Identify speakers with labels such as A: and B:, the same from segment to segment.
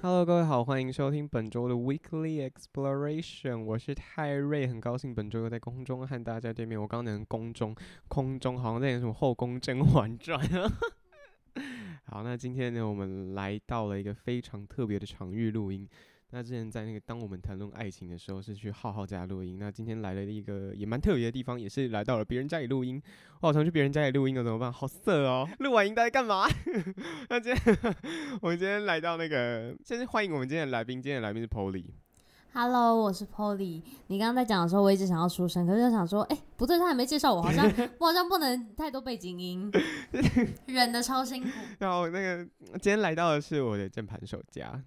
A: Hello，各位好，欢迎收听本周的 Weekly Exploration，我是泰瑞，很高兴本周又在空中和大家见面。我刚能空中，空中好像在演什么《后宫甄嬛传》 啊。好，那今天呢，我们来到了一个非常特别的场域录音。那之前在那个当我们谈论爱情的时候，是去浩浩家录音。那今天来了一个也蛮特别的地方，也是来到了别人家里录音。我好常去别人家里录音哦，怎么办？好色哦！录完音大家干嘛？ 那今天 我们今天来到那个，先是欢迎我们今天的来宾，今天的来宾是 Polly。
B: Hello，我是 Polly。你刚刚在讲的时候，我一直想要出声，可是又想说，哎、不对，他还没介绍我，好 像我好像不能太多背景音，忍的超辛苦。
A: 然后那个今天来到的是我的键盘手家，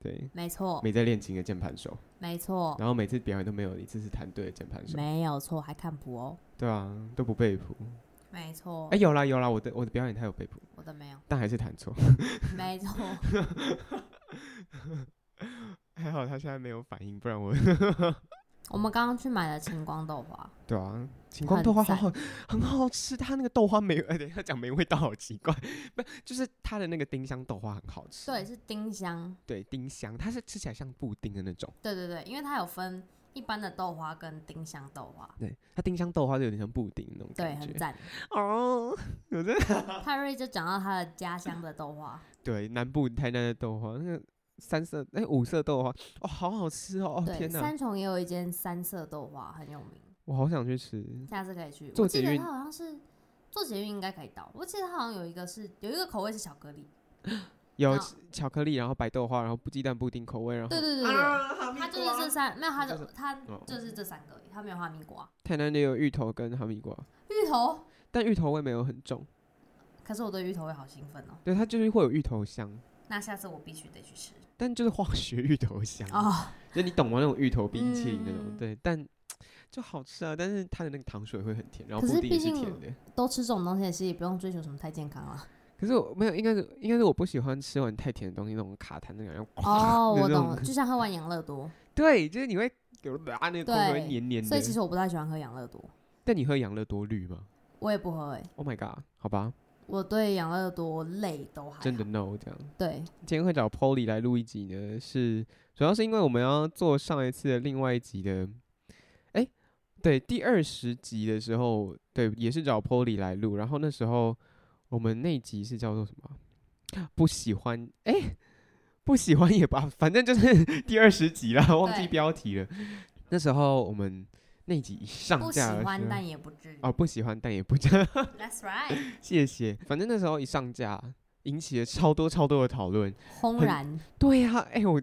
A: 对，
B: 没错，
A: 没在练琴的键盘手。
B: 没错，
A: 然后每次表演都没有一次是弹对的键盘手，
B: 没有错，还看谱哦。
A: 对啊，都不背谱。
B: 没错，
A: 哎、有啦有啦，我的我的表演他有背谱，
B: 我的没有，
A: 但还是弹错。
B: 没错，
A: 还好他现在没有反应，不然我
B: 我们刚刚去买了晴光豆花，
A: 对啊，晴
B: 很
A: 光豆花好
B: 赞
A: 好，很好吃。它那个豆花没， 呃，等一下讲没味道，好奇怪。 不，就是它的那个丁香豆花很好吃。
B: 对，是丁香，
A: 对，丁香，它是吃起来像布丁的那种。
B: 对对对，因为它有分一般的豆花跟丁香豆花，
A: 对，它丁香豆花就有点像布丁那种
B: 对，
A: 感
B: 很
A: 觉。
B: 赞。
A: 哦，我真的
B: 泰瑞就讲到他的家乡的豆花，
A: 对南部台南的豆花，那个三色哎、五色豆花，哦，好好吃哦！哦
B: 对，
A: 天哪
B: 三，重也有一间三色豆花很有名。
A: 我好想去吃。
B: 下次可以去。
A: 做
B: 我记
A: 捷
B: 得
A: 运
B: 它好像是做捷运应该可以到，我记得它好像有一个是有一个口味是巧克力，
A: 有
B: 那
A: 巧克力，然后白豆花，然后不鸡蛋布丁口味，然后
B: 嗯对对对对，它就是这三，没有它
A: 这
B: 就是它
A: 哦
B: 就是这三个而已，它没有哈密瓜、
A: 台南也有芋头跟哈密瓜，
B: 芋头。
A: 但芋头味没有很重，
B: 可是我对芋头会好兴奋哦，
A: 对，它就是会有芋头香，
B: 那下次我必须得去吃
A: 但就是化学芋头香，
B: 哦。
A: 就你懂吗？那种芋头冰淇淋那种，
B: 嗯
A: 对，但就好吃啊。但是它的那个糖水会很甜，然后
B: 可
A: 布
B: 是
A: 丁也
B: 毕
A: 是
B: 竟
A: 甜的。
B: 都吃这种东西，其实也不用追求什么太健康 啊了。
A: 可是我没有，应该是应该是我不喜欢吃完太甜的东西，那种卡痰的感觉。
B: 哦，
A: 那
B: 我
A: 种
B: 懂了，就像喝完养乐多，
A: 对，就是你会有啊那个口水会黏黏的。
B: 所以其实我不太喜欢喝养乐多，
A: 但你喝养乐多绿吗
B: 我也不喝哎、
A: ？Oh my god，好吧，
B: 我对养乐多类都还好
A: 真的 no 这样。
B: 对，
A: 今天会找 Polly 来录一集呢，是主要是因为我们要做上一次的另外一集的，哎、对，第二十集的时候，对，也是找 Polly 来录，然后那时候我们那集是叫做什么？不喜欢，哎、不喜欢也罢，反正就是 第二十集啦，忘记
B: 对
A: 标题了。那时候我们那集一上
B: 不喜
A: 架的时候，
B: 欢但也不至于。
A: 哦，不喜欢但也不这样，
B: That's right，
A: 谢谢。反正那时候一上架，引起了超多超多的讨论。
B: 轰
A: 很
B: 然
A: 对呀、哎、我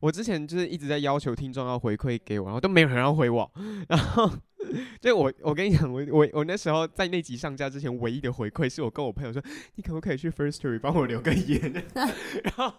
A: 我之前就是一直在要求听众要回馈给我，然后都没有人要回我， 然后就我我跟你讲，我我我那时候在那集上架之前，唯一的回馈是我跟我朋友说，你可不可以去 First Story 帮我留个言， 然后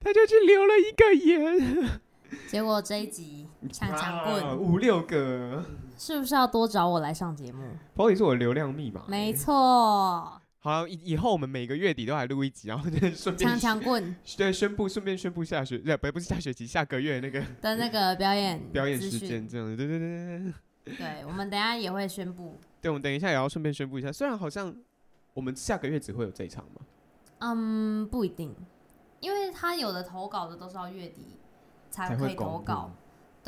A: 他就去留了一个言，
B: 结果这一集
A: 嗯
B: 抢抢棍，
A: 五六个。
B: 是不是要多找我来上节目？
A: 朋友是我的流量密码，
B: 没。错，
A: 好，以以后我们每个月底都来录一集，然后就顺便
B: 抢抢棍
A: 对宣布，顺便宣布下学，呃，不不是下学期，下个月那个
B: 的那个表演
A: 表演
B: 资
A: 时
B: 讯
A: 间，这样子，对对对对对。
B: 对我们等一下也会宣布。
A: 对，我们等一下也要顺便宣布一下，虽然好像我们下个月只会有这一场嘛，
B: 嗯，不一定，因为他有的投稿的都是到月底才
A: 才
B: 可
A: 会
B: 以投
A: 公
B: 稿
A: 布，。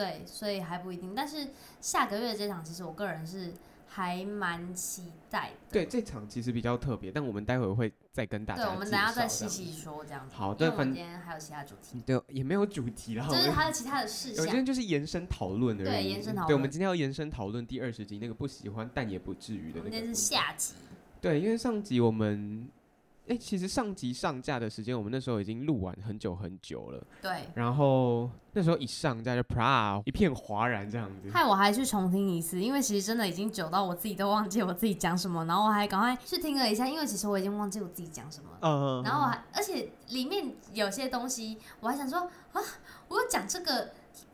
B: 对，所以还不一定。但是下个月这场，其实我个人是还蛮期待的。
A: 对，这场其实比较特别，但我们待会会再跟大家
B: 对，我们
A: 介
B: 等一下
A: 绍
B: 再
A: 这
B: 细
A: 样
B: 细
A: 子。
B: 说这样子。
A: 好
B: 因为
A: 对，
B: 我们
A: 反
B: 今天还有其他主题，
A: 对也没有主题了，我
B: 就是
A: 们
B: 还有其他的事
A: 我
B: 项
A: 今。天就是延伸讨论而已。
B: 对延伸讨
A: 对，我们
B: 论
A: 今天要延伸讨论第二十集那个不喜欢但也不至于的那
B: 我们今
A: 个
B: 天
A: 部
B: 是
A: 分。
B: 下集。
A: 对，因为上集我们哎、其实上集上架的时间，我们那时候已经录完很久很久了，
B: 对，
A: 然后那时候一上架就啪一片哗然这样子。
B: 害我还去重听一次，因为其实真的已经久到我自己都忘记我自己讲什么，然后我还赶快去听了一下，因为其实我已经忘记我自己讲什么了。
A: 嗯
B: 然后我还，而且里面有些东西，我还想说啊，我有讲这个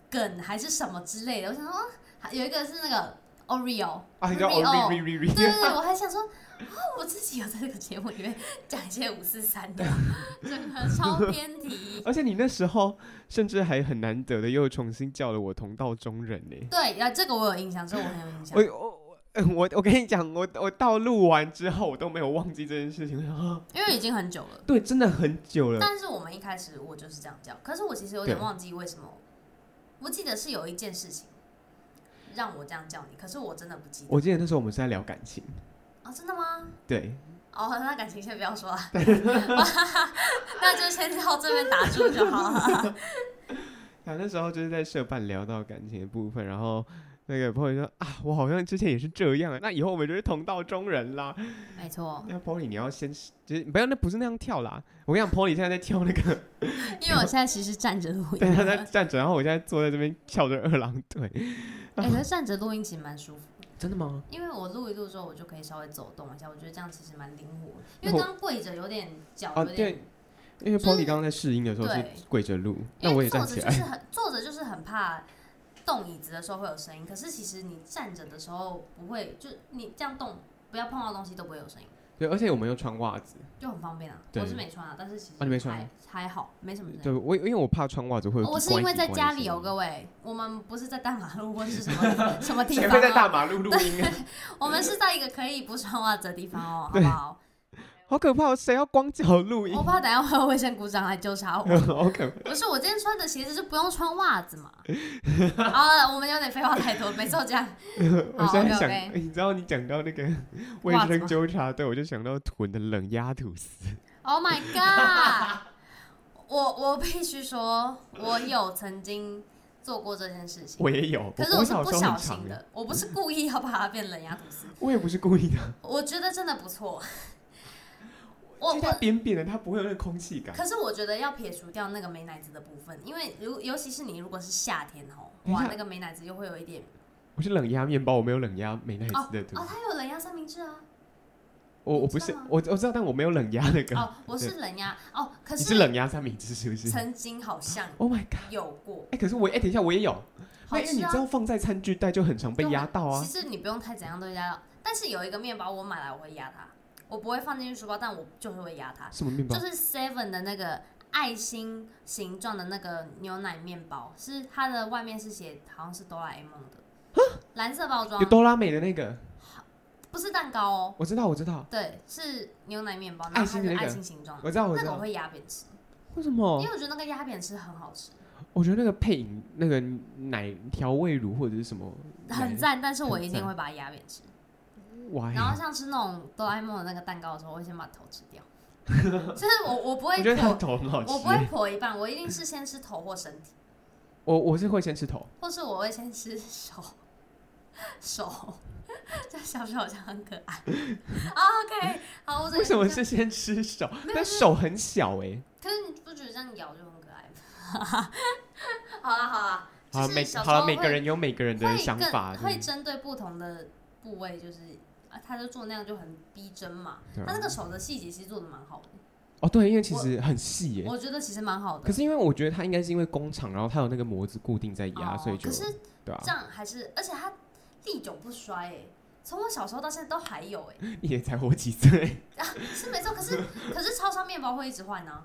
B: 梗还是什么之类的，我想说啊，还有一个是那个 Oreo，
A: 啊，你知道
B: Oreo
A: 哦，re re
B: 对
A: re
B: 对对，我还想说啊，我自己有在这个节目里面讲一些五四三的， 整个超偏题。
A: 而且你那时候甚至还很难得的又重新叫了我同道中人呢、
B: 对，然后这个我有印象，这个我很有印象
A: 我。我呃我我我跟你讲，我我到录完之后我都没有忘记这件事情，我想啊，
B: 因为已经很久了。
A: 对，真的很久了。
B: 但是我们一开始我就是这样叫，可是我其实有点忘记为什么，我记得是有一件事情让我这样叫你，可是我真的不记得
A: 我记得那时候我们是在聊感情，
B: 啊，真的吗？
A: 对，
B: 哦，那感情先不要说了，啊 那就先到这边打住就好了。
A: 啊，那时候就是在社办聊到感情的部分，然后那个朋友说啊，我好像之前也是这样，那以后我们就是同道中人啦。
B: 没错，
A: 那 Polly 你要先就是不要，那不是那样跳啦。我跟你讲，Polly 现在在跳那个，
B: 因为我现在其实站着录音，
A: 对，他在站着，然后我现在坐在这边翘着二郎腿。
B: 哎、可是站着录音其实蛮舒服，
A: 真的吗？
B: 因为我录一录之后，我就可以稍微走动一下，我觉得这样其实蛮灵活的。因
A: 那
B: 为
A: 我
B: 刚跪着有点脚
A: 啊
B: 有点，
A: 因为
B: 就是
A: Polly 刚刚在试音的时候是
B: 对
A: 跪着录，那
B: 因
A: 我
B: 为
A: 也
B: 坐
A: 站
B: 着
A: 起
B: 就
A: 来。
B: 是很坐着就是很怕动椅子的时候会有声音，可是其实你站着的时候不会，就你这样动不要碰到东西都不会有声音，
A: 对，而且我们又穿袜子，
B: 就很方便啊。
A: 对
B: 我是没穿啊，但是其实
A: 啊你没穿
B: 还还好，没什么声音。哦
A: 对我因为我怕穿袜子会有
B: 我是
A: 关
B: 因为
A: 系
B: 在
A: 关
B: 家
A: 系
B: 里哦，各位，我们不是在大马路或是 什么什么地
A: 谁
B: 方、
A: 会在大
B: 哦，
A: 马路录音啊？
B: 我们是在一个可以不穿袜子的地方哦，好
A: 对
B: 不 好？
A: 好可怕哦！谁要光脚录音
B: 我？怕等一下会有卫生股长来纠察我。
A: 好可怕！
B: 不是，我今天穿的鞋子就不用穿袜子 嘛。好了，我们有点废话太多，没错，这样
A: 我现在想，
B: OK，OK
A: 你知道你讲到那个卫
B: 袜子
A: 生
B: 吗
A: 纠察队，我就想到囤的冷压吐司。
B: Oh my god！我我必须说，我有曾经做过这件事情，
A: 我也有，
B: 可是
A: 我国
B: 我是不
A: 时候
B: 小
A: 很
B: 心
A: 长欸耶，
B: 的，我不是故意要把它变冷压吐司，
A: 我也不是故意的，
B: 我觉得真的不错。我
A: 就
B: 我
A: 它扁扁的，它不会有那个空气感。
B: 可是我觉得要撇除掉那个没奶子的部分，因为如尤其是你如果是夏天吼，
A: 等一
B: 哇
A: 下，
B: 那个没奶子又会有一点
A: 我是冷压面包，我没有冷压美奈
B: 哦
A: 斯的吐
B: 哦，
A: 司。
B: 它有冷压三明 治啊，
A: 我我
B: 你
A: 不
B: 知
A: 是
B: 道吗
A: 我我知道，但我没有冷压那个。
B: 哦，我是冷压哦，可
A: 你是
B: 是
A: 冷压三明治是不是
B: 曾经好像
A: ？Oh my god！
B: 有过，
A: 哎，可是我哎，等一下我也有，
B: 好
A: 那因为你
B: 吃啊
A: 知，道放在餐具袋就很常被
B: 就
A: 压
B: 很
A: 到啊
B: 其。实你不用太怎样都压到，但是有一个面包我买来我会压它，我不会放进去书包，但我就是会压它，
A: 什么面包
B: 啊就？是 Seven 的那个爱心形状的那个牛奶面包，是它的外面是写好像是哆啦 A 梦的，蓝色包装
A: 啊有，哆啦美的那个，
B: 不是蛋糕哦，
A: 我知道，我知道，
B: 对，是牛奶面包，
A: 爱
B: 然后它
A: 心的
B: 是
A: 那个
B: 爱心形状的，
A: 我知道，哦我
B: 那
A: 知
B: 个我
A: 道。
B: 会压扁吃，
A: 为什么
B: 因？为我觉得那个压扁吃很好吃，
A: 我觉得那个配饮那个奶调味乳或者是什么，
B: 很赞，但是我一
A: 很
B: 定
A: 赞哎
B: 会把它压扁吃。
A: 哇！
B: 然后像吃那种哆啦 A 梦的那个蛋糕的时候，我会先把头吃 掉，就是我我不会
A: 我觉得它的
B: 剖，
A: 头很好吃。
B: 我不会剖一半，我一定是先吃头或身体，
A: 我我是会先吃头，
B: 或是我会先吃手，手，这小手好像很可爱。啊 OK，好，我这
A: 为什么
B: 这
A: 是先吃手？
B: 没有
A: 但手很小哎、
B: 可是你不觉得这样咬就很可爱 吗？好啦好啦，就
A: 好了，
B: 是
A: 每
B: 小时
A: 好了，
B: 候
A: 每个
B: 会
A: 人有每个人的
B: 会
A: 想
B: 更
A: 法，
B: 会
A: 对
B: 针对不同的部位，就是啊，他就做那样就很逼真嘛。
A: 对啊
B: 他那个手的细节其实做的蛮好的，
A: 哦对，因为其实很细耶、
B: 我觉得其实蛮好的
A: 可。是因为我觉得它应该是因为工厂，然后它有那个模子固定在压，
B: 哦
A: 所以就
B: 可是
A: 对啊
B: 这，样还是，而且他历久不衰哎、从我小时候到现在都还有 哎、
A: 你也才活几岁？
B: 是没错。可是可是超商面包会一直换呢、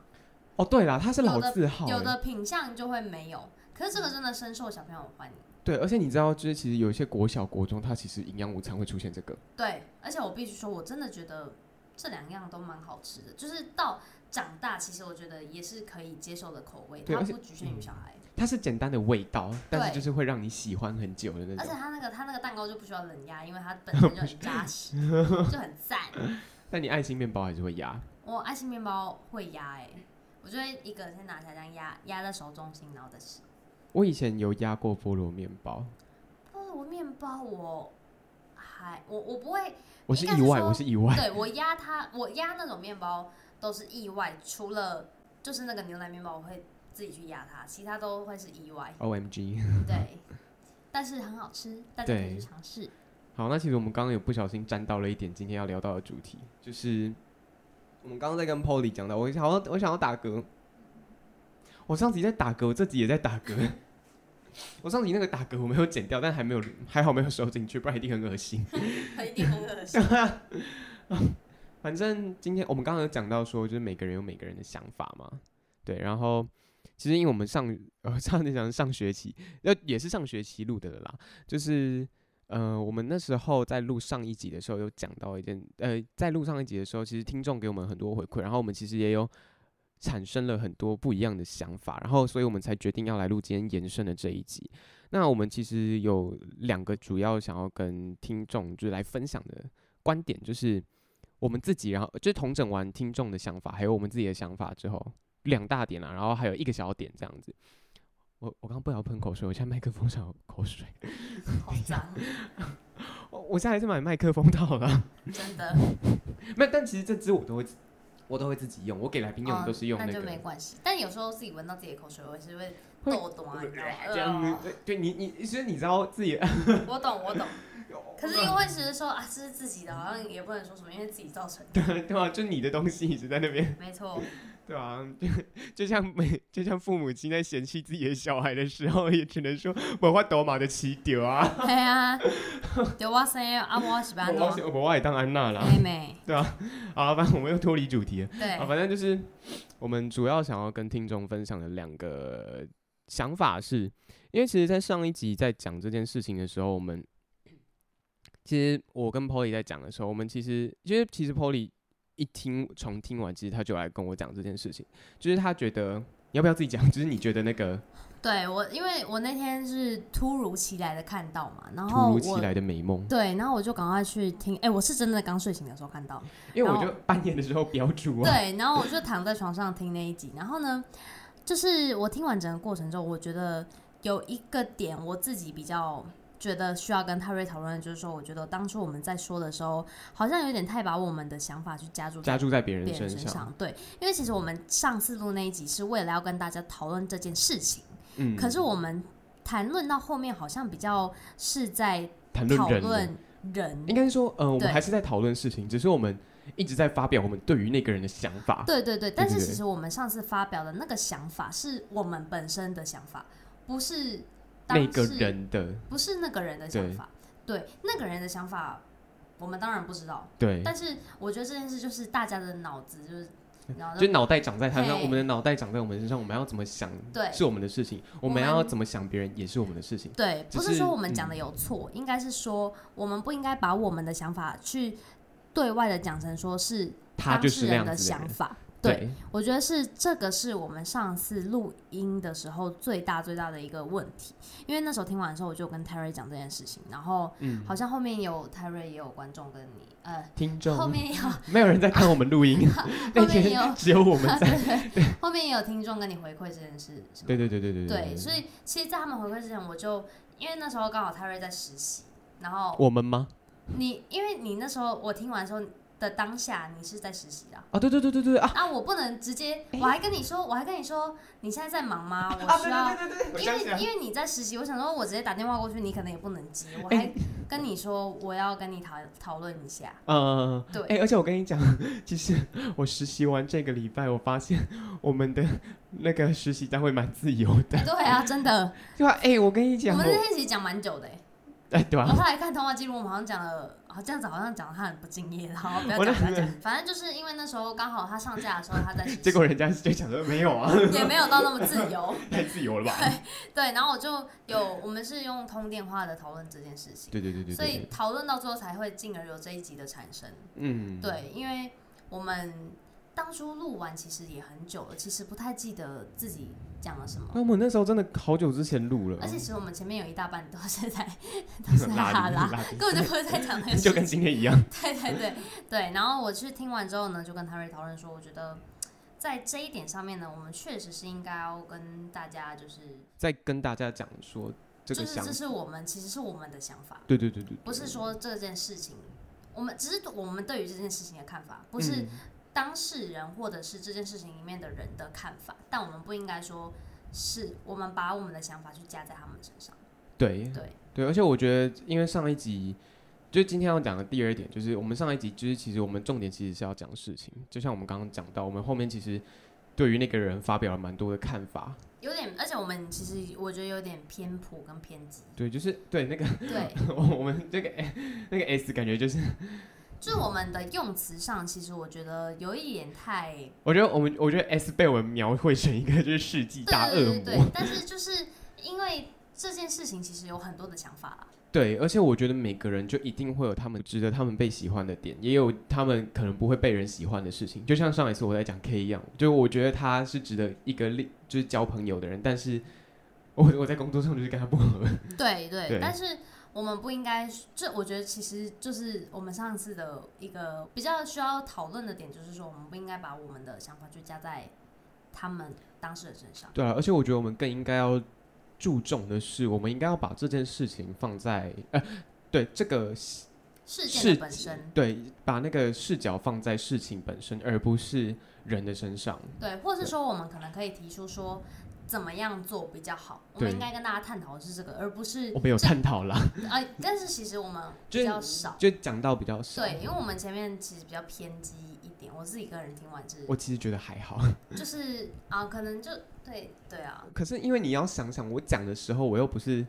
A: 哦对啦，它是老
B: 有的
A: 字号、
B: 有
A: 欸，
B: 的品相就会没有。可是这个真的深受小朋友欢迎，
A: 对，而且你知道，就是其实有一些国小国中，它其实营养午餐会出现这个，
B: 对，而且我必须说，我真的觉得这两样都蛮好吃的，就是到长大，其实我觉得也是可以接受的口味，
A: 对
B: 它
A: 而且嗯
B: 不局限于小孩，
A: 它是简单的味道，但是
B: 对
A: 就是会让你喜欢很久的那
B: 而且
A: 种。
B: 它那个它那个蛋糕就不需要冷压，因为它 本身就很扎实，就很赞。
A: 但你爱心面包还是会压，
B: 我爱心面包会压哎、我就会一个先拿起来这样压，压在手中心，然后再吃。
A: 我以前有压过菠萝面包，
B: 菠萝面包我还我我不会，
A: 我
B: 应
A: 是
B: 该
A: 意
B: 是
A: 外，
B: 说
A: 我是意外。
B: 对我压它，我压那种面包都是意外，除了就是那个牛奶面包我会自己去压它，其他都会是 意外。
A: O M G。
B: 对，但是很好吃，大家可
A: 对
B: 以去尝试。
A: 好，那其实我们刚刚有不小心沾到了一点今天要聊到的主题，就是我们刚刚在跟 Polly 讲到，我好像我想要打嗝，我上集在打嗝，我这集也在打嗝。 我上集那个打嗝我没有剪掉，但还没有，还好没有收进去，不然一定很恶心。
B: 一定很恶心。
A: 反正今天我们刚刚有讲到说，就是每个人有每个人的想法嘛，对。然后其实因为我们上呃上那讲上学期，呃也是上学期录的了啦，就是呃我们那时候在录上一集的时候有讲到一件，呃在录上一集的时候，其实听众给我们很多回馈，然后我们其实也有产生了很多不一样的想法，然后所以我们才决定要来录今天延伸的这一集。那我们其实有两个主要想要跟听众就是来分享的观点，就是。我们自己，然后就是统整完听众的想法，还有我们自己的想法之后，两大点啊，然后还有一个小点这样子。我我刚刚不小心喷口水，我现在麦克风上有口水，
B: 好 脏，
A: 我我下一次买麦克风套了。
B: 真的。
A: 没有，但其实这支我都会自，我都会自己用，我给来宾用
B: 哦
A: 都是用
B: 那
A: 个
B: 就没关系。但有时候自己闻到自己的口水味是会
A: 会
B: 豆懂啊，你知道吗
A: 这样子
B: 呃。
A: 对对你你，所以你知道自己，
B: 我懂，我懂。可是因为觉得说啊，这是自己的，好像也不能说什么，因为自己造成的。
A: 对对啊，就你的东西一直在那边，
B: 没错，
A: 对啊，就就像每就像父母亲在嫌弃自己的小孩的时候，也只能说我发抖马的起丢啊。
B: 对啊，对我生的啊，我是班
A: 我我是
B: 的，
A: 我也当安娜啦。
B: 妹妹，
A: 啊，反正我们又脱离主题了。啊，
B: 对，
A: 反正就是我们主要想要跟听众分享的两个想法是，因为其实，在上一集在讲这件事情的时候，我们其实我跟 Polly 在讲的时候，我们其实因为其实 Polly 一听重听完，其实他就来跟我讲这件事情，就是他觉得。你要不要自己讲？就是你觉得那个
B: 对我，因为我那天是突如其来的看到嘛，然
A: 突
B: 后
A: 如其
B: 哦我。
A: 来的美梦，
B: 对，然后我就赶快去听，哎、我是真的刚睡醒的时候看到，
A: 因为我
B: 然后
A: 就半夜的时候标注啊，
B: 对，然后我就躺在床上听那一集，然后呢，就是我听完整个过程之后，我觉得有一个点我自己比较觉得需要跟泰瑞讨论的，就是说，我觉得当初我们在说的时候，好像有点太把我们的想法去加注在
A: 加注在别人
B: 别
A: 身
B: 人身
A: 上，
B: 上，对，因为其实我们上次录那一集是为了要跟大家讨论这件事情，
A: 嗯，
B: 可是我们谈论到后面好像比较是在
A: 谈论
B: 讨
A: 人的
B: 论人
A: 应该是说，呃，我们
B: 对
A: 还是在讨论事情，只是我们一直在发表我们对于那个人的想法。
B: 对对对，但
A: 对
B: 是
A: 对
B: 其实我们上次发表的那个想法是我们本身的想法，不是当
A: 那个
B: 事，
A: 人的，
B: 不是那个人的想法。对，那个人的想法，我们当然不知道。
A: 对，
B: 但是我觉得这件事就是大家的脑子就是，然后
A: 就脑袋长在他身上，
B: 嘿
A: 我们的脑袋长在我们身上，我们要怎么想
B: 对
A: 是我们的事情，我们
B: 我们
A: 要怎么想别人也是我们的事情。
B: 对，
A: 只
B: 不
A: 是
B: 是
A: 嗯
B: 说我们讲的有错，应该是说我们不应该把我们的想法去对外的讲成说是
A: 他
B: 当
A: 就是
B: 事
A: 那
B: 人
A: 样
B: 的
A: 子
B: 想
A: 人，
B: 法。对，
A: 对，
B: 我觉得是这个是我们上次录音的时候最大最大的一个问题，因为那时候听完的时候，我就跟 Terry 讲这件事情，然后
A: 嗯，
B: 好像后面有 Terry 也有观众跟你，呃，
A: 听
B: 后
A: 众，
B: 面有
A: 没有人在看我们录音， 那
B: 后面也
A: 天
B: 有
A: 只有 我们 在。
B: 对，后面也有听众跟你回馈这件事，是吗
A: 对对对对对
B: 对，所以其实，在他们回馈之前，我就因为那时候刚好 Terry 在实习，然后
A: 我们吗？
B: 你因为你那时候我听完之后的当下，你是在实习的啊。
A: 啊，对对对对对啊
B: 啊！我不能直接，我还跟你说，我还跟你说，你现在在忙吗？
A: 啊！对
B: 我需
A: 对
B: 要
A: 对对对，我
B: 因
A: 想起
B: 为
A: 来，
B: 因为你在实习，我想说，我直接打电话过去，你可能也不能接，我还跟你说我要跟你讨讨论一 下。
A: 嗯，
B: 对
A: 哎、而且我跟你讲， 其实我实习完这个礼拜，我发现我们的那个实习单位蛮自由的，
B: 对啊，真的，
A: 对吧、哎、我跟你
B: 我
A: 讲，
B: 们
A: 我
B: 那天其实讲蛮久的欸，
A: 哎、对吧、
B: 我后来看通话记录，我们好像讲了，好这样子好像讲他很不敬业，然后不要
A: 我那
B: 讲不要讲， 反正就是因为那时候刚好他上架的时候他在实习，
A: 结果人家就讲说没有 啊，
B: 也没有到那么自由，
A: 太自由了 吧？
B: 对，然后我就有我们是用通电话的讨论这件事情，
A: 对对对对
B: 所以
A: 对，
B: 讨论到最后才会进而有这一集的产生。
A: 嗯，
B: 对，因为我们当初录完其实也很久了，其实不太记得自己讲了什么。
A: 那我们那时候真的好久之前录了，
B: 而且其实我们前面有一大半都 是在都是在哈
A: 拉
B: 拉，
A: 拉
B: 根本就不是在 讲那个
A: 就
B: 事
A: 跟今
B: 情。
A: 天一 样，
B: 对对对对，然后我去听完之后呢，就跟 Terry 讨论说，我觉得在这一点上面呢，我们确实是应该要跟大家就是，
A: 在跟大家讲说这
B: 就
A: 个
B: 是
A: 想
B: 这，是我们其实是我们的想法，
A: 对对对对，对
B: 不是说这件事情，我们只是我们对于这件事情的看法，不是
A: 嗯
B: 当事人或者是这件事情里面的人的看法，但我们不应该说是我们把我们的想法去加在他们身上。
A: 对
B: 对
A: 对，而且我觉得，因为上一集就今天要讲的第二点，就是我们上一集就是其实我们重点其实是要讲事情，就像我们刚刚讲到，我们后面其实对于那个人发表了蛮多的看法，
B: 有点，而且我们其实我觉得有点偏颇跟偏 激，
A: 对，就是对那个
B: 对，
A: 我我们这个那个 S 感觉就是，
B: 就是我们的用词上，其实我觉得有一点太
A: 我觉得我们我觉得 S 被我们描绘成一个就是世纪大恶
B: 对对
A: 魔，
B: 对对，但是就是因为这件事情，其实有很多的想法啦。
A: 对，而且我觉得每个人就一定会有他们值得他们被喜欢的点，也有他们可能不会被人喜欢的事情。就像上一次我在讲 K 一样，就我觉得他是值得一个另就是交朋友的人，但是我我在工作上就是跟他不合。
B: 对对，
A: 对
B: 但是我们不应该，这我觉得其实就是我们上次的一个比较需要讨论的点，就是说我们不应该把我们的想法去加在他们当事人身上。
A: 对啊，而且我觉得我们更应该要注重的是，我们应该要把这件事情放在呃，对这个
B: 事件
A: 是
B: 的本身，
A: 对把那个视角放在事情本身，而不是人的身上。
B: 对，或是说我们可能可以提出说。怎么样做比较好？我们
A: 对
B: 应该跟大家探讨的是这个，而不是
A: 我们有
B: 这
A: 探讨啦，
B: 哎、但是其实我们
A: 就是
B: 比较少。
A: 就讲到比较少。
B: 对，因为我们前面其实比较偏激一点，我自己个人听完是
A: 我其实觉得还好。
B: 就是啊，可能就对对啊，
A: 可是因为你要想想，我讲的时候我又不是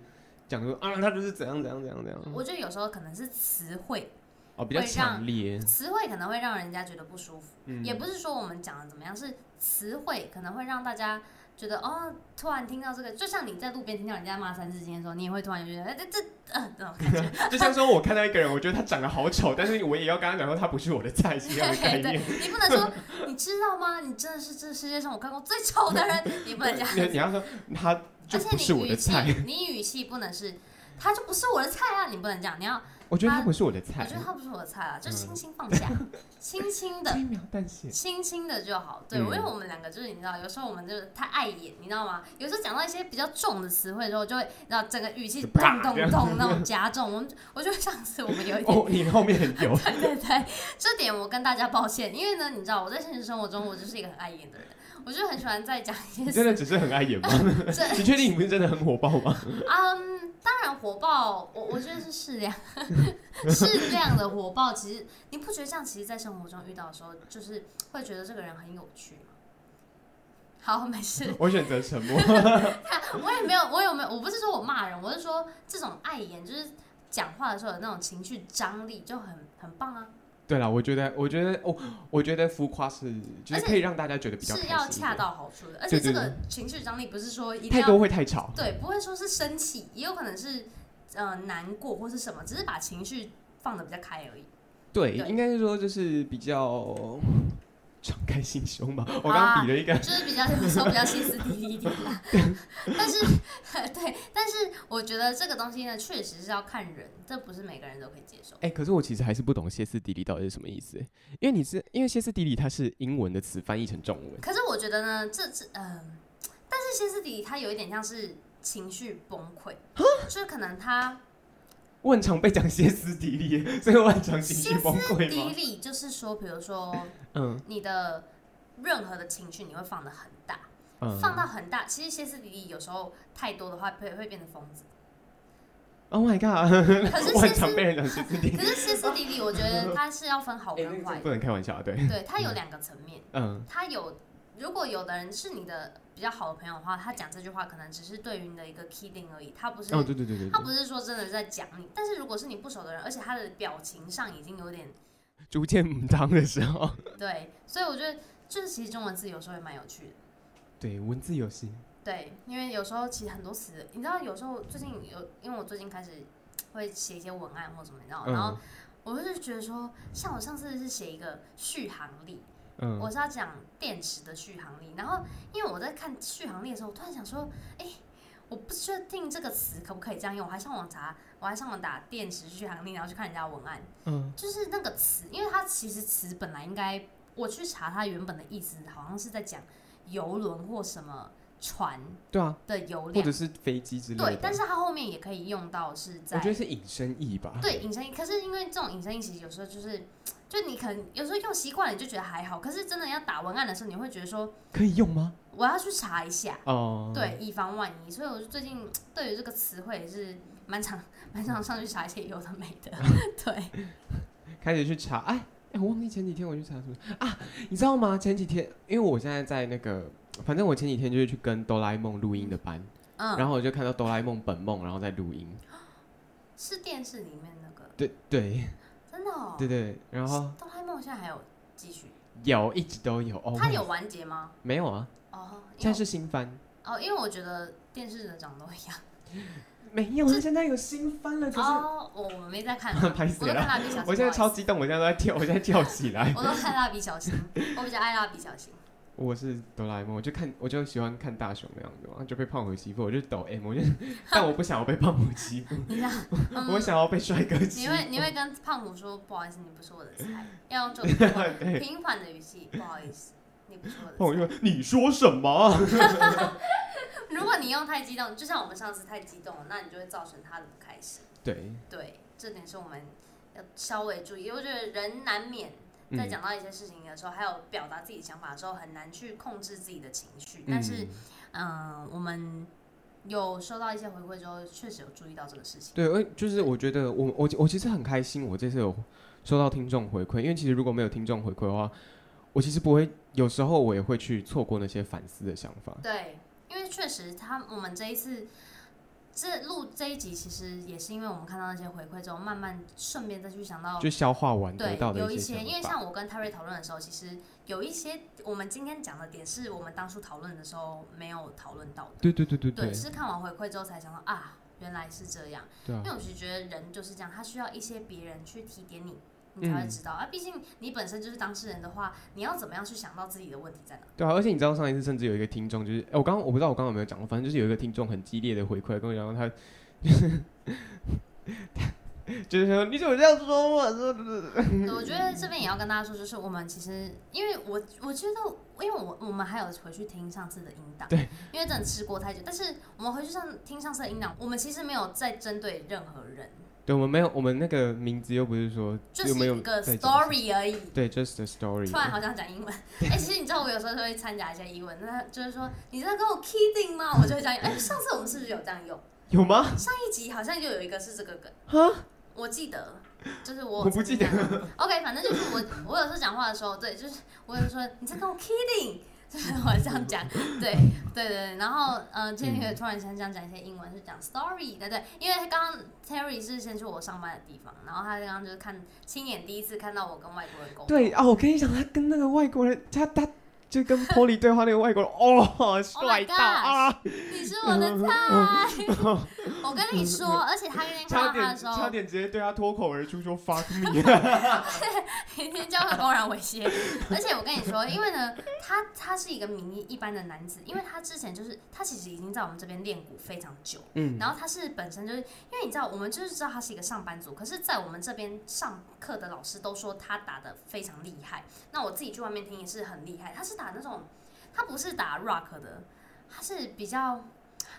A: 讲说啊，他就是怎样怎样怎样怎样，
B: 我觉得有时候可能是词汇，
A: 哦，比较
B: 会让
A: 强烈，
B: 词汇可能会让人家觉得不舒服，
A: 嗯，
B: 也不是说我们讲的怎么样，是词汇可能会让大家觉得哦，突然听到这个，就像你在路边听到人家骂三字经的时候，你也会突然觉得哎这这 呃这种感觉，
A: 就像说我看到一个人，我觉得他长得好丑，但是我也要跟他讲说他不是我的菜是一样的概
B: 对
A: 念。
B: 对，你不能说你知道吗？你真的是这世界上我看过最丑的人，你不能这样
A: 你你要说他就
B: 而
A: 不
B: 且
A: 是我
B: 你
A: 的
B: 语气
A: 菜，，
B: 你语气不能是，他就不是我的菜啊！你不能这样，你要，
A: 我觉得他
B: 他
A: 不是我的
B: 我
A: 菜
B: 觉，得他不是我的菜啊，就
A: 嗯
B: 轻轻放下，轻轻的，
A: 轻描淡写。
B: 轻轻的就好。对，
A: 嗯
B: 因为我们两个就是你知道，有时候我们就是太碍眼，你知道吗？有时候讲到一些比较重的词汇的时候，就会，然后整个语气
A: 就
B: 咚
A: 啪
B: 咚
A: 这样
B: 咚那种加重。我们我觉得上次我们有一点
A: 哦，你后面很油，
B: 对对对，这点我跟大家抱歉，因为呢，你知道我在现实生活中我就是一个很碍眼的人，我就很喜欢在讲一
A: 你
B: 些
A: 真
B: 事
A: 的只是很碍眼吗？
B: 这
A: 你确定你不是真的很火爆吗？
B: 嗯，当然火爆，我我觉得是适量， 适量的火爆。其实你不觉得这样？其实，在生活中遇到的时候，就是会觉得这个人很有趣吗？好，没事，
A: 我选择沉默。
B: 我也没有，我有没有？我不是说我骂人，我是说这种碍眼，就是讲话的时候有那种情绪张力，就很很棒啊，
A: 对了，我觉得，我觉得，我哦我觉得浮夸是就是
B: 而且
A: 可以让大家觉得比较
B: 是
A: 开
B: 要
A: 心一
B: 恰
A: 点，
B: 到好处的。而
A: 对
B: 且
A: 对
B: 这个情绪张力不是说一定
A: 太
B: 要
A: 多会太吵。
B: 对，不会说是生气，也有可能是呃难过或是什么，只是把情绪放的比较开而已。
A: 对，
B: 对
A: 应该是说就是比较敞开心胸 吧。我刚
B: 啊
A: 刚比了一个，
B: 就是比较有时候比较歇斯底里一点啦。 但是对，但是我觉得这个东西呢，确实是要看人，这不是每个人都可以接受。
A: 哎、可是我其实还是不懂歇斯底里到底是什么意思，因为你是因为歇斯底里它是英文的词翻译成中文，
B: 可是我觉得呢，这这嗯、但是歇斯底里它有一点像是情绪崩溃，
A: 啊
B: 就是可能他
A: 我很常被讲歇斯底里，所以我很常情
B: 歇
A: 绪崩
B: 斯
A: 溃
B: 底
A: 吗？
B: 里就是说，比如说
A: 嗯
B: 你的任何的情绪你会放的很大，
A: 嗯，
B: 放到很大，其实歇斯底里有时候太多的话会会变成疯 子。
A: Oh my god！
B: 可 是
A: 我很
B: 歇
A: 常
B: 斯
A: 被人讲歇斯底里，
B: 可是歇斯底里，我觉得它是要分好
A: 哎、那
B: 跟
A: 个
B: 坏
A: 真不能开玩笑啊， 对，
B: 对，它有两个层面，
A: 嗯
B: 它有如果有的人是你的比较好的朋友的话，他讲这句话可能只是对于你的一个 kidding 而已，他不是、
A: 哦，对对对对
B: 他
A: 对，
B: 不是说真的在讲你。但是如果是你不熟的人，而且他的表情上已经有点
A: 逐渐母汤的时 候，
B: 对，所以我觉得就是其实中文字有时候也蛮有趣的。
A: 对文字游戏，
B: 对，因为有时候其实很多词，你知道，有时候最近有，因为我最近开始会写一些文案或什么，你知道，哦然后
A: 嗯
B: 我就觉得说，像我上次是写一个续航力，
A: 嗯，
B: 我是要讲电池的续航力，然后因为我在看续航力的时候，我突然想说，哎、我不确定这个词可不可以这样用，我还上网查，我还上网打电池续航力，然后去看人家文案，
A: 嗯
B: 就是那个词，因为它其实词本来应该，我去查它原本的意思，好像是在讲游轮或什么船
A: 对啊，
B: 的油
A: 或
B: 量
A: 者，是飞机之类的，
B: 对，但是它后面也可以用到是
A: 我
B: 在
A: 觉得是隐身意吧，
B: 对，隐身衣，可是因为这种隐身衣其实有时候就是就你可能有时候用习惯了，你就觉得还好，可是真的要打文案的时候，你会觉得说
A: 可以用吗？
B: 我要去查一下，
A: 哦，
B: 对，以防万一。所以我就最近对于这个词汇也是蛮常 蛮常上去查一些有的没的，
A: 嗯
B: 对，
A: 开始去查，哎哎，我忘记前几天我去查什么啊？你知道吗？前几天，因为我现在在那个，反正我前几天就是去跟哆啦 A 梦录音的班，
B: 嗯，
A: 然后我就看到哆啦 A 梦本梦，然后在录音，
B: 是电视里面那个，
A: 对对
B: 真的哦，
A: 对对，然后
B: 哆啦 A 梦现在还有继续，
A: 有一直都有哦，
B: 它有完结吗？
A: 没有啊？
B: 哦，因
A: 现
B: 为
A: 在是新番，
B: 哦，因为我觉得电视的长得都一样。
A: 没有，现在有新番了，可是，
B: 哦，我我没在看
A: 拍死
B: 我都
A: 了
B: 看蜡笔小新。
A: 我现在
B: 不好
A: 超
B: 意思，
A: 激动，我现在都在跳，我现在跳起来
B: 我都看蜡笔小新，我比较爱蜡笔小新。
A: 我是哆啦 A 梦，我就看，我就喜欢看大雄那样子嘛，就被胖虎欺负，我就抖 M，我就，但我不想要被胖虎欺负，
B: 你看，嗯
A: 我想要被帅哥欺
B: 你
A: 负。
B: 会你会跟胖虎说不好意思，你不是我 的菜，要用这种
A: 对，
B: 平缓的语气，不好意思，你不是
A: 胖
B: 我
A: 虎
B: 的
A: 就说你说什么？
B: 菜。如果你用太激动，就像我们上次太激动了，那你就会造成他的不开心。
A: 对，
B: 对，这点是我们要稍微注意。我觉得人难免在
A: 嗯
B: 讲到一些事情的时候，还有表达自己想法的时候，很难去控制自己的情绪，但是。
A: 嗯
B: 嗯，我们有收到一些回馈之后，确实有注意到这个事情。
A: 对，呃，就是我觉得我我我其实很开心，我这次有收到听众回馈，因为其实如果没有听众回馈的话，我其实不会，有时候我也会去错过那些反思的想法。
B: 对，因为确实他我们这一次这录这一集，其实也是因为我们看到那些回馈之后，慢慢顺便再去想到。
A: 就消化完得
B: 哦对
A: 到，的
B: 有一
A: 些
B: 因
A: 想
B: 为
A: 法，
B: 像我跟泰瑞讨论的时候，其实有一些我们今天讲的点是我们当初讨论的时候没有讨论到的。
A: 对对对对对
B: 对，，是看完回馈之后才想到啊，原来是这样。
A: 对啊
B: 因为，我是觉得人就是这样，他需要一些别人去提点你，你才会
A: 嗯
B: 知道、啊。毕竟你本身就是当事人的话，你要怎么样去想到自己的问题在哪？
A: 对啊，而且你知道上一次甚至有一个听众，就是、哎，我刚刚我不知道我刚刚有没有讲过，反正就是有一个听众很激烈的回馈跟我讲说他， 就是他 就是说你怎么这样说我？啊说嗯
B: 对我觉得这边也要跟大家说，就是我们其实，因为我我觉得，因为我我们还有回去听上次的音档，
A: 对，
B: 因为真的吃过太久，但是我们回去上听上次的音档，我们其实没有在针对任何人，
A: 对，我们没有，我们那个名字又不是说
B: 就
A: 有
B: 是
A: 没有
B: 一个
A: 在讲
B: story 而已。
A: 对，just a story。
B: 突然好想讲英文，哎、其实你知道我有时候就会掺杂一些英文，那就是说你在跟我 kidding 吗？我就会讲，哎、上次我们是不是有这样用？
A: 有吗？
B: 一集好像就有一个是这个梗，我记得，就是我
A: 我不记得。
B: OK，反正就是我，我有时候讲话的时候，对，就是我有时候说你在跟我 kidding，就是我这样讲，对对对对。然后嗯、呃，今天也突然想想讲一些英文，是讲 story，对对，因为他刚刚 Terry 是先去我上班的地方，然后他刚刚就是看亲眼第一次看到我跟外国人沟通，
A: 对啊，我跟你讲，他跟那个外国人，他他就 跟 Polly 对话那个外国人，
B: Oh
A: 哦，帅到啊！
B: 你是我的菜，
A: 嗯
B: 我跟你说，而且他那天看
A: 差
B: 到他的
A: 点
B: 时候，
A: 差点直接对他脱口而出说 fuck me，啊
B: 天天叫他公然猥亵， 而且我跟你说，因为呢，他他是一个名义一般的男子，因为他之前就是他其实已经在我们这边练鼓非常久，
A: 嗯，
B: 然后他是本身就是因为你知道，我们就是知道他是一个上班族，可是在我们这边上课的老师都说他打的非常厉害，那我自己去外面听也是很厉害，他是打那种他不是打 rock 的，他是比较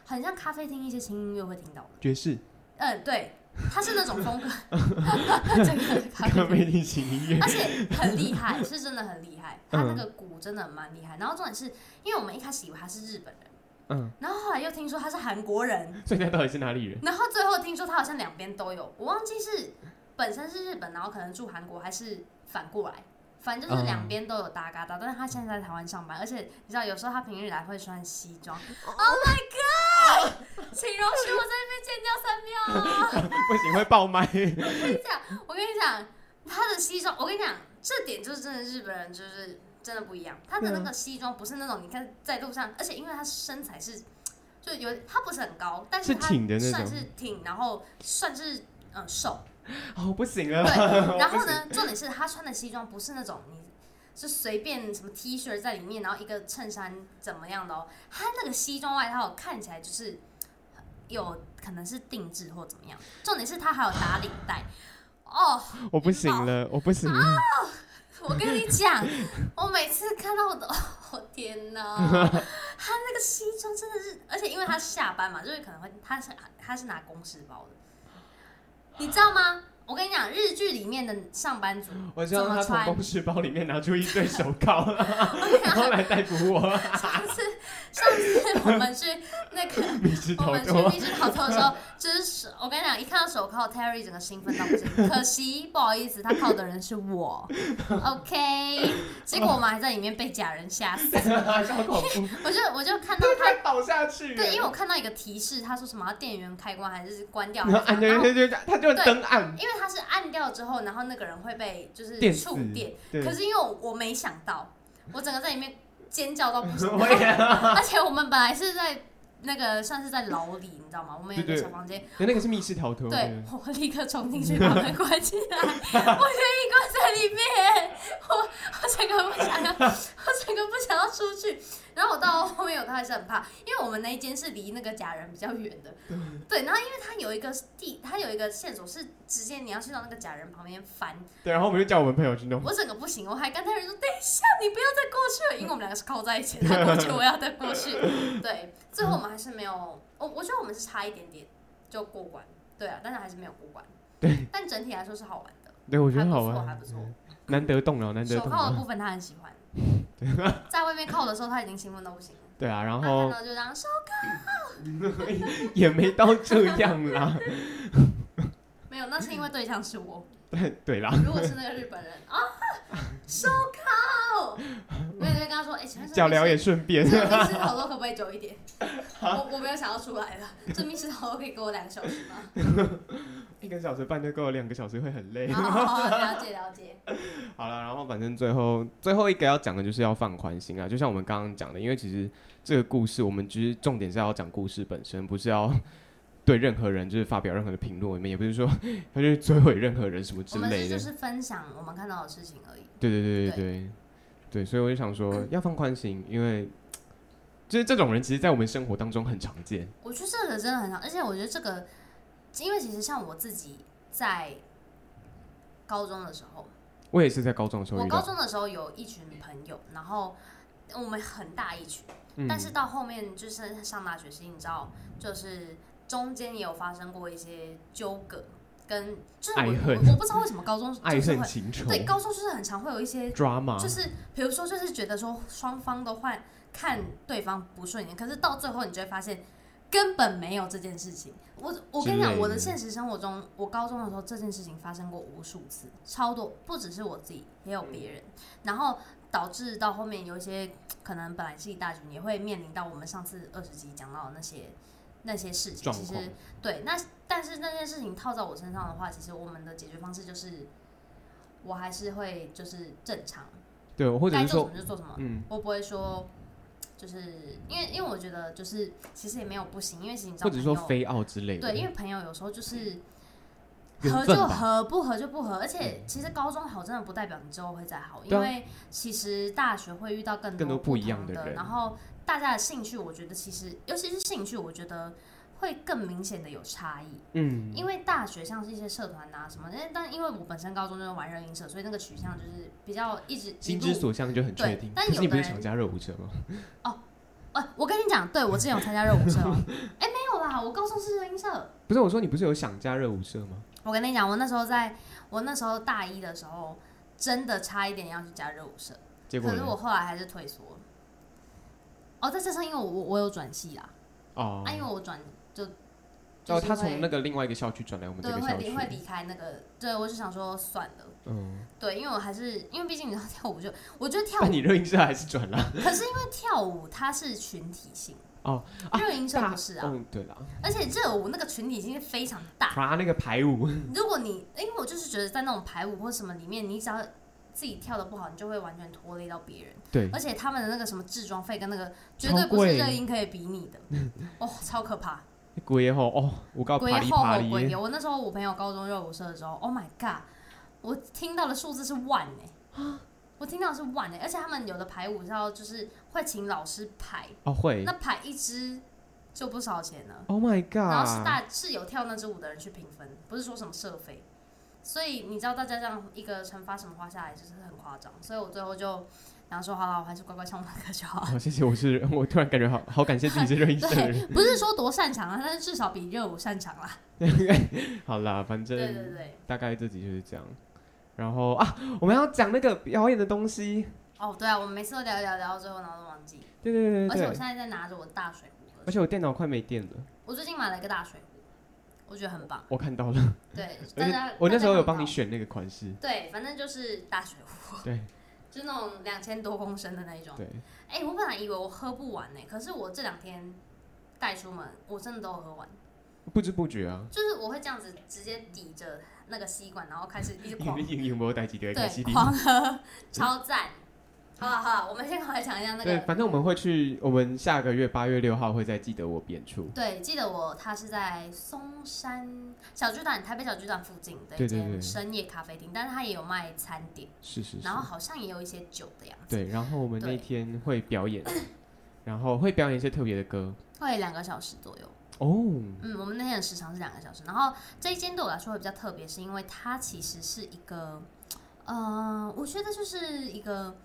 B: 很像咖啡厅一些轻音乐会听到的，
A: 爵士
B: 嗯，对，他是那种风格， 这个咖啡
A: 跟
B: 厅
A: 魅力型音乐，
B: 而且很厉害，是真的很厉害。他那个鼓真的蛮厉害。然后重点是因为我们一开始以为他是日本人，
A: 嗯，
B: 然后后来又听说他是韩国人，
A: 所以他到底是哪里 人？
B: 然后最后听说他好像两边都有，我忘记是本身是日本，然后可能住韩国，还是反过来。反正就是
A: 嗯
B: 两边都有搭嘎搭，但是他现在在台湾上班，而且你知道，有时候他平日来会穿西装。Oh my god！请容许我在这边尖叫三秒。
A: 不行，会爆麦。
B: 我跟你讲，他的西装，我跟你讲，这点就是真的日本人就是真的不一样。他的那
A: 嗯
B: 个西装不是那种你看在路上，而且因为他身材是就有他不是很高，但
A: 是
B: 他
A: 挺的那
B: 算
A: 种
B: 是挺，然后算是嗯瘦。
A: 哦，不行了啦。
B: 对，然后呢，重点是他穿的西装不是那种你是随便什么 T 恤在里面，然后一个衬衫怎么样的哦，他那个西装外套看起来就是有可能是定制或怎么样。重点是他还有打领带。哦，
A: 我不行了，我不行了。
B: 啊我跟你讲，我每次看到我的， 哦天哪，他那个西装真的是，而且因为他下班嘛，就是可能会他是他是拿公事包的，你知道吗？我跟你讲，日剧里面的上班族，
A: 我希望他
B: 怎么
A: 从
B: 穿
A: 公事包里面拿出一堆手 铐，
B: 我跟你
A: 然后
B: 讲，
A: 来逮捕我，
B: 上次上次我们去那个
A: 密室
B: 我
A: 逃
B: 们去
A: 脱。
B: 密室逃脱的时候，就是手我跟你讲，一看到手铐，Terry 整个兴奋到不行。可惜不好意思，他铐的人是我。OK，结果我们还在里面被假人吓死。
A: 超恐怖，
B: 我就我就看到他，
A: 快倒下去了！
B: 对，因为我看到一个提示，他说什么要电源开关还是关掉，
A: 然后按
B: 还是
A: 下
B: 怎么样
A: 去，就就他就
B: 对
A: 灯暗，
B: 因为他是按掉之后，然后那个人会被就是
A: 电死
B: 触电。。
A: 对
B: 可，是因为我我没想到，我整个在里面尖叫到 不行。
A: 我也
B: 而且我们本来是在那个算是在牢里，你知道吗？我们有一
A: 对
B: 个
A: 对
B: 小房间，
A: 对那个是密室逃脱。
B: 对，我立刻冲进去把门关起来，我就一个在里面，我我整个不想要，我整个不想要出去。然后我到后面我都还是很怕，因为我们那一间是离那个假人比较远的，对。然后因为它有一个地，它有一个线索是直接你要去到那个假人旁边翻，
A: 对，然后我们就叫我们朋友去弄。
B: 我整个不行，我还跟他人说等一下，你不要再过去了，因为我们两个是靠在一起，他过去我要再过 去。对，最后我们还是没有，我我觉得我们是差一点点就过关，对啊，但是还是没有过关。对，但整体来说是好玩的，
A: 对，我觉得好玩嗯
B: 还不错还不错，
A: 难得动了，难得
B: 手
A: 动
B: 铐的
A: 了。
B: 部分他很喜 欢，在外面铐的时候他已经兴奋到不行了，
A: 对啊，
B: 他
A: 然
B: 看
A: 后
B: 到就这样手
A: 也没到这样啦。
B: 没有，那是因为对象是我，
A: 对对 啦，
B: 如果是那个日本人啊，手 铐，我也就跟他说，哎、请问是
A: 脚
B: 你是
A: 疗也顺便
B: 这。个密室逃脱可不可以久一点？
A: 啊
B: 我我没有想要出来了，这密室逃脱可以给我两个小时吗？
A: 一个小时半就够了，两个小时会很累。
B: 好好好，了解了解。
A: 好了，然后反正最后最后一个要讲的就是要放宽心啊，就像我们刚刚讲的，因为其实这个故事我们其实重点是要讲故事本身，不是要 对任何人就是发表任何的评论，我们也不是说 要去摧毁任何人什么
B: 我
A: 之
B: 们
A: 类
B: 是
A: 的
B: 就。是分享我们看到的事情而已。
A: 对对对对
B: 对
A: 对对，所以我就想说要放宽心，因为就是这种人其实，在我们生活当中很常见。
B: 我觉得这个真的很好，而且我觉得这个，因为其实像我自己在高中的时候，
A: 我也是在高中的时候
B: 我
A: 遇
B: 高
A: 到，
B: 中的时候有一群朋友，然后我们很大一群，
A: 嗯
B: 但是到后面就是上大学时，你知道，就是中间也有发生过一些纠葛，跟就是我
A: 爱恨
B: 我我不知道为什么高中
A: 爱
B: 就是
A: 恨
B: 会
A: 情仇
B: 对高中就是很常会有一些，
A: ，drama，
B: 就是比如说就是觉得说双方都换看对方不顺眼，可是到最后你就会发现。根本没有这件事情。我我跟你
A: 之类
B: 讲，
A: 的
B: 我的现实生活中，我高中的时候这件事情发生过无数次，超多，不只是我自己，也有别人。然后导致到后面有一些可能本来是一大群，也会面临到我们上次二十集讲到的那些 那些事情。
A: 状
B: 其
A: 况
B: 实对，那但是那件事情套在我身上的话，其实我们的解决方式就是，我还是会就是正常，
A: 对，或者
B: 该
A: 是
B: 做什
A: 说，
B: 么就做什么，
A: 嗯，
B: 我不会说。就是因为，因为我觉得就是其实也没有不行，因为其实你知道
A: 或者
B: 朋
A: 是
B: 友，
A: 说非傲之类的，
B: 对，因为朋友有时候就是
A: 缘
B: 合
A: 分
B: 就
A: 吧嗯
B: 合，不合就不合。而且其实高中好真的不代表你之后会再好，
A: 对
B: 因
A: 啊
B: 为其实大学会遇到更
A: 更多
B: 不
A: 不一样
B: 同
A: 的
B: 的
A: 人
B: 然后大家的兴趣，我觉得其实尤其是兴趣，我觉得会更明显的有差异。
A: 嗯，
B: 因为大学像是一些社团啊什么，但但因为我本身高中就是玩热音社，所以那个取向就是比较一直一
A: 心
B: 路
A: 之所向就很确
B: 对
A: 定。
B: 但
A: 可是
B: 有
A: 你不
B: 的
A: 是
B: 人
A: 想加热舞社吗？
B: 呃，我跟你讲，对我之前有参加热舞 社哦，哎、没有啦，我高中是热音社。
A: 不是，我说你不是有想加热舞社吗？
B: 我跟你讲，我那时候在我那时候大一的时候，真的差一点要去加热舞社，
A: 结果
B: 可是
A: 呢？
B: 我后来还是退缩了。哦，再加上因为我我我有转系啦，
A: 哦
B: 啊，，因为我转就就
A: 哦，
B: 是
A: 他从
B: 会
A: 那个另外一个校区转来我们这
B: 对
A: 个
B: 会
A: 校
B: 离会
A: 区，
B: 离开那个，对我就想说算了，
A: 嗯，
B: 对，因为我还是因为毕竟你知道跳舞就，我觉得跳
A: 但
B: 舞，
A: 你热映社还是转了
B: 可是因为跳舞它是群体性
A: 哦，啊
B: 热音社不是啊，
A: 嗯，对啦，
B: 而且热舞那个群体性是非常大，
A: 爬那个排舞，
B: 如果你，因为我就是觉得在那种排舞或什么里面，你只要自己跳的不好，你就会完全拖累到别人。
A: 对
B: 而且他们的那个什么制装费跟那个绝
A: 超
B: 对不是
A: 贵
B: 热音可以比拟 的，哦，超可怕。
A: 鬼吼哦，我告
B: 鬼
A: 爬里
B: 吼
A: 爬
B: 吼鬼
A: 里，
B: 爷，我那时候我朋友高中热舞社的时候，Oh my god，我听到的数字是万 哎、我听到的是万哎、而且他们有的排舞是要就是会请老师排，
A: 哦会
B: 那排一支就不少钱了。
A: ，Oh my
B: 然后是
A: god，
B: 大是有跳那支舞的人去评分，不是说什么社费。所以你知道大家这样一个惩罚什么花下来就是很夸张，所以我最后就然后说好了，我还是乖乖唱我的歌就好了。
A: 好，哦谢谢，我是我突然感觉好好感谢自己是热音社的 人。
B: 对，不是说多擅长啊，但是至少比热舞擅长啦。
A: 好啦，反正
B: 对对对，
A: 大概这集就是这样。然后啊，我们要讲那个表演的东西。
B: 哦对啊，我们每次都聊一聊聊到最后，然后都忘记。
A: 对对对
B: 而且
A: 对
B: 我
A: 对
B: 现。在在拿着我的大水壶
A: 而
B: 喝，
A: 且我电脑快没电了，
B: 我最近买了一个大水壶，我觉得很棒。
A: 我看到了。
B: 对，
A: 而
B: 大
A: 且
B: 家
A: 我那时候有
B: 大家看
A: 帮
B: 不
A: 你
B: 到
A: 选那个款式。
B: 对，反正就是大水壶，
A: 对
B: 就那种两千多公升的那一种。
A: 对，
B: 哎、我本来以为我喝不完呢、可是我这两天带出门，我真的都有喝完。
A: 不知不觉啊，
B: 就是我会这样子直接抵着那个吸管，然后开始一直
A: 因
B: 狂
A: 为因为我带几条开
B: 对
A: 始滴。
B: 狂喝，超赞。好了好了，我们先来讲一下 那
A: 对，
B: 个。
A: 反正我们会去，我们下个月八月六号会在记得我演出。
B: 对，记得我他是在松山小巨蛋，台北小巨蛋附近的
A: 对
B: 一
A: 对对
B: 间深夜咖啡厅，但是他也有卖餐点，
A: 是是是
B: 然。后好像也有一些酒的样子，
A: 对，然后我们那
B: 对
A: 天会表演， 然后会表演一些特别的歌。
B: 会两个小时左右。
A: 哦，
B: 嗯，我们那天的时长是两个小时。然后这一间对我来说会比较特别，是因为它其实是一个，呃，我觉得就是一个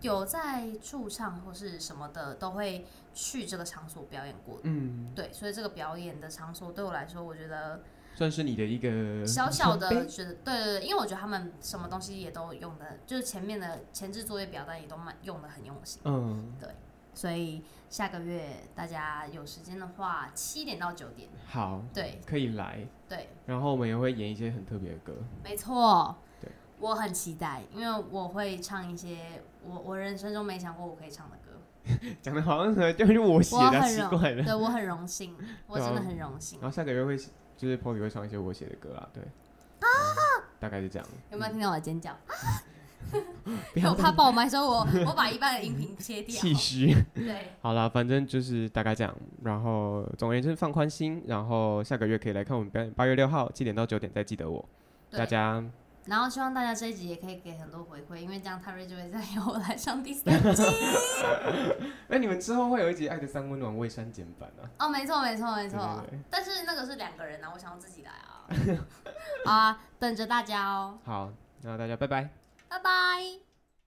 B: 有在驻唱或是什么的都会去这个场所表演过的。
A: 嗯，
B: 对，所以这个表演的场所对我来说，我觉得
A: 算是你的一个
B: 小小
A: 杯
B: 的觉得，对对对，因为我觉得他们什么东西也都用的，就是前面的前置作业表单也都蛮用的很用心。
A: 嗯，
B: 所以下个月大家有时间的话，七点到九点，
A: 好，
B: 对
A: 可以来。
B: 对，
A: 然后我们也会演一些很特别的歌。
B: 没错，
A: 对，
B: 我很期待，因为我会唱一些我我人生中没想过我可以唱的歌，
A: 讲的好像很就是我写
B: 我
A: 的，啊
B: 很
A: 奇
B: 荣，
A: 怪了。
B: 对我很 荣幸，我真的很荣幸
A: 然。后下个月会就是 Polly 会唱一些我写的歌啦，对。啊！大概是这样。嗯
B: 有没有听到我的尖叫？
A: 不
B: 因为
A: 要
B: 我怕爆麦，所以我我把一半的音频切掉。
A: 气虚。
B: 对，
A: 好啦，反正就是大概这样。然后总而言之，放宽心。然后下个月可以来看我们表演，八月六号七点到九点再记得我。大
B: 对。
A: 家
B: 然后希望大家这一集也可以给很多回馈，因为这样泰瑞就会再由我来上 第三集。
A: 那哎你们之后会有一集《爱的三温暖》未删减版啊？
B: 哦，没错，没错，没错
A: 对对对。
B: 但是那个是两个人啊，我想要自己来啊。好啊，等着大家哦，
A: 好，那大家拜拜。
B: 拜拜。